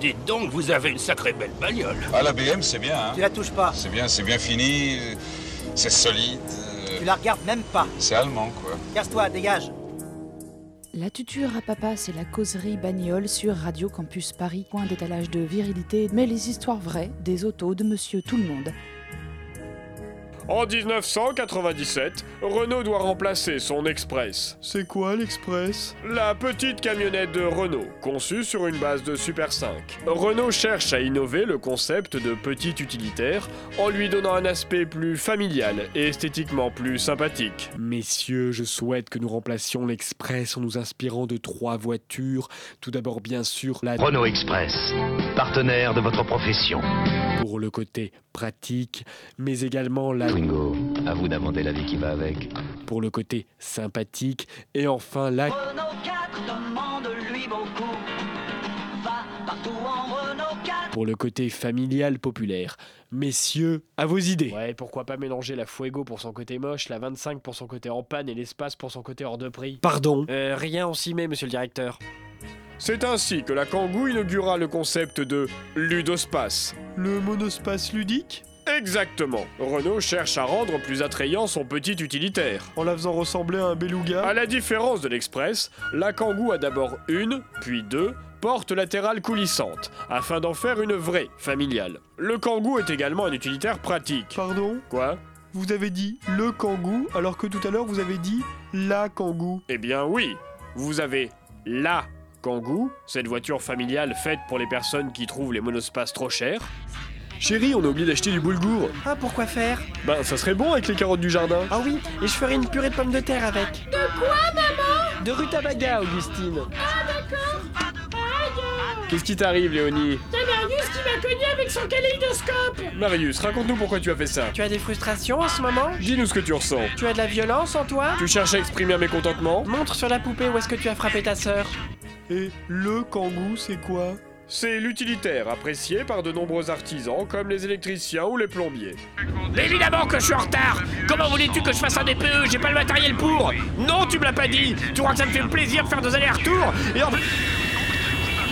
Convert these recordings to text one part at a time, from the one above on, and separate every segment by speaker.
Speaker 1: Dites donc, vous avez une sacrée belle bagnole.
Speaker 2: Ah, la BM, c'est bien, hein
Speaker 3: Tu la touches pas.
Speaker 2: C'est bien, c'est bien fini, euh, c'est solide, euh,
Speaker 3: Tu la regardes même pas.
Speaker 2: c'est allemand, quoi.
Speaker 3: Casse-toi, dégage.
Speaker 4: La tuture à papa, c'est la causerie bagnole sur Radio Campus Paris. Point d'étalage de virilité, mais les histoires vraies des autos de Monsieur Tout le Monde.
Speaker 5: En 1997, Renault doit remplacer son Express. C'est quoi l'Express La petite camionnette de Renault, conçue sur une base de Super 5. Renault cherche à innover le concept de petit utilitaire en lui donnant un aspect plus familial et esthétiquement plus sympathique. Messieurs, je souhaite que nous remplacions l'Express en nous inspirant de trois voitures. Tout d'abord, bien sûr, la
Speaker 6: Renault Express, partenaire de votre profession.
Speaker 5: pour le côté pratique, mais également la
Speaker 6: Twingo, à vous d'inventer la vie qui va avec.
Speaker 5: pour le côté sympathique, et enfin la
Speaker 7: Renault 4 demande lui beaucoup. Va partout en Renault 4.
Speaker 5: pour le côté familial populaire. Messieurs, à vos idées. Ouais, pourquoi pas mélanger la Fuego pour son côté moche, la 25 pour son côté en panne et l'espace pour son côté hors de prix. Pardon Rien, on s'y met, monsieur le directeur. C'est ainsi que la Kangoo inaugura le concept de ludospace. Le monospace ludique Exactement. Renault cherche à rendre plus attrayant son petit utilitaire. En la faisant ressembler à un beluga À la différence de l'Express, la Kangoo a d'abord une, puis deux, portes latérales coulissantes, afin d'en faire une vraie familiale. Le Kangoo est également un utilitaire pratique.
Speaker 8: Pardon
Speaker 5: Quoi
Speaker 8: Vous avez dit le kangou alors que tout à l'heure vous avez dit la kangou.
Speaker 5: Eh bien oui, vous avez la Kangoo, cette voiture familiale faite pour les personnes qui trouvent les monospaces trop chers. Chérie, on a oublié d'acheter du boulgour.
Speaker 9: Ah, pourquoi faire
Speaker 5: Ben, ça serait bon avec les carottes du jardin.
Speaker 9: Ah oui, et je ferai une purée de pommes de terre avec. De quoi, maman De rutabaga, Augustine.
Speaker 5: Qu'est-ce qui t'arrive, Léonie
Speaker 10: Y'a Marius ben, qui m'a cogné avec son kaléidoscope
Speaker 5: Marius, raconte-nous pourquoi tu as fait ça.
Speaker 9: Tu as des frustrations en ce moment
Speaker 5: Dis-nous ce que tu ressens.
Speaker 9: Tu as de la violence en toi
Speaker 5: Tu cherches à exprimer un mécontentement
Speaker 9: Montre sur la poupée où est-ce que tu as frappé ta sœur.
Speaker 8: Et le kangou, c'est quoi
Speaker 5: C'est l'utilitaire, apprécié par de nombreux artisans comme les électriciens ou les plombiers.
Speaker 10: Évidemment que je suis en retard Comment voulais-tu que je fasse un DPE J'ai pas le matériel pour Non, tu me l'as pas dit Tu crois que ça me fait plaisir de faire deux allers-retours Et en plus...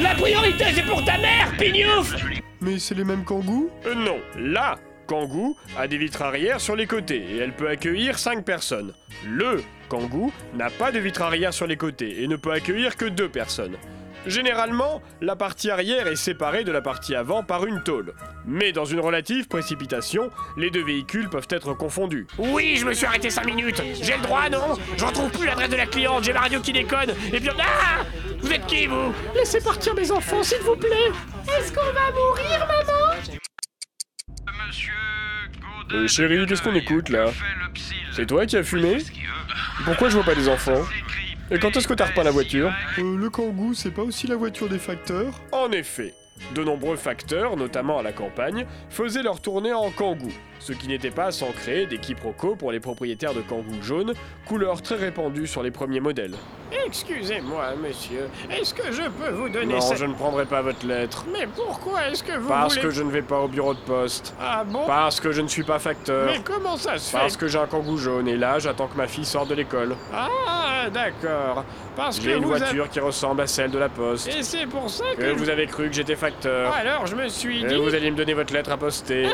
Speaker 10: La priorité, c'est pour ta mère, pignouf
Speaker 8: Mais c'est les mêmes kangous
Speaker 5: Euh, non, la Kangoo a des vitres arrière sur les côtés et elle peut accueillir 5 personnes. Le Kangoo n'a pas de vitres arrière sur les côtés et ne peut accueillir que 2 personnes. Généralement, la partie arrière est séparée de la partie avant par une tôle. Mais dans une relative précipitation, les deux véhicules peuvent être confondus.
Speaker 10: Oui, je me suis arrêté 5 minutes J'ai le droit, non Je retrouve plus l'adresse de la cliente, j'ai la radio qui déconne Et puis... Ah Vous êtes qui, vous Laissez partir mes enfants, s'il vous plaît Est-ce qu'on va mourir, maman
Speaker 5: Euh, chérie, qu'est-ce qu'on écoute là C'est toi qui as fumé Pourquoi je vois pas des enfants Et quand est-ce que t'as repeint la voiture
Speaker 8: Euh, Le kangou, c'est pas aussi la voiture des facteurs
Speaker 5: En effet, de nombreux facteurs, notamment à la campagne, faisaient leur tournée en kangou, ce qui n'était pas sans créer des quiproquos pour les propriétaires de kangous jaunes, couleur très répandue sur les premiers modèles.
Speaker 10: Excusez-moi, monsieur. Est-ce que je peux vous donner
Speaker 5: Non,
Speaker 10: cette...
Speaker 5: je ne prendrai pas votre lettre.
Speaker 10: Mais pourquoi est-ce que vous
Speaker 5: Parce
Speaker 10: voulez...
Speaker 5: que je ne vais pas au bureau de poste.
Speaker 10: Ah bon
Speaker 5: Parce que je ne suis pas facteur.
Speaker 10: Mais comment ça se fait
Speaker 5: Parce que j'ai un kangou jaune et là, j'attends que ma fille sorte de l'école.
Speaker 10: Ah, d'accord. Parce que
Speaker 5: J'ai une
Speaker 10: vous avez-
Speaker 5: voiture qui ressemble à celle de la poste.
Speaker 10: Et c'est pour ça que...
Speaker 5: Que
Speaker 10: je-
Speaker 5: vous avez cru que j'étais facteur.
Speaker 10: Alors, je me suis
Speaker 5: Euh,
Speaker 10: dit... Ah,
Speaker 5: vous allez me donner votre lettre à poster.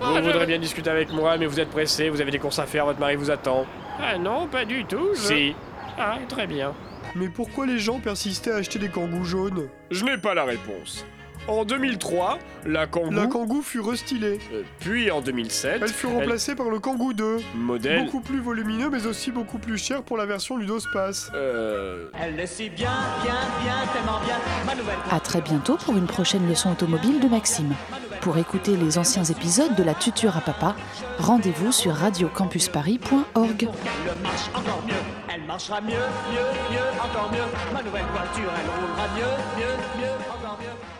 Speaker 5: vous
Speaker 10: je-
Speaker 5: voudrez bien discuter avec moi, mais vous êtes pressé, vous avez des courses à faire, votre mari vous attend.
Speaker 10: Ah non, pas du tout, je...
Speaker 5: Si.
Speaker 10: Ah, très bien.
Speaker 8: Mais pourquoi les gens persistaient à acheter des kangous jaunes
Speaker 5: Je n'ai pas la réponse. En 2003, la Kangoo,
Speaker 8: La kangou fut restylée.
Speaker 5: euh, puis en 2007,
Speaker 8: Elle fut remplacée par le kangou 2.
Speaker 5: modèle...
Speaker 8: Beaucoup plus volumineux mais aussi beaucoup plus cher pour la version Ludospace.
Speaker 5: Euh...
Speaker 7: Elle le suit bien, bien, bien, tellement bien. Ma nouvelle.
Speaker 4: À très bientôt pour une prochaine leçon automobile de Maxime. Pour écouter les anciens épisodes de La tuture à papa, rendez-vous sur radiocampusparis.org.
Speaker 7: Elle marche encore mieux. Elle marchera mieux, mieux, mieux, encore mieux. Ma nouvelle voiture, elle roulera mieux, mieux, mieux, encore mieux.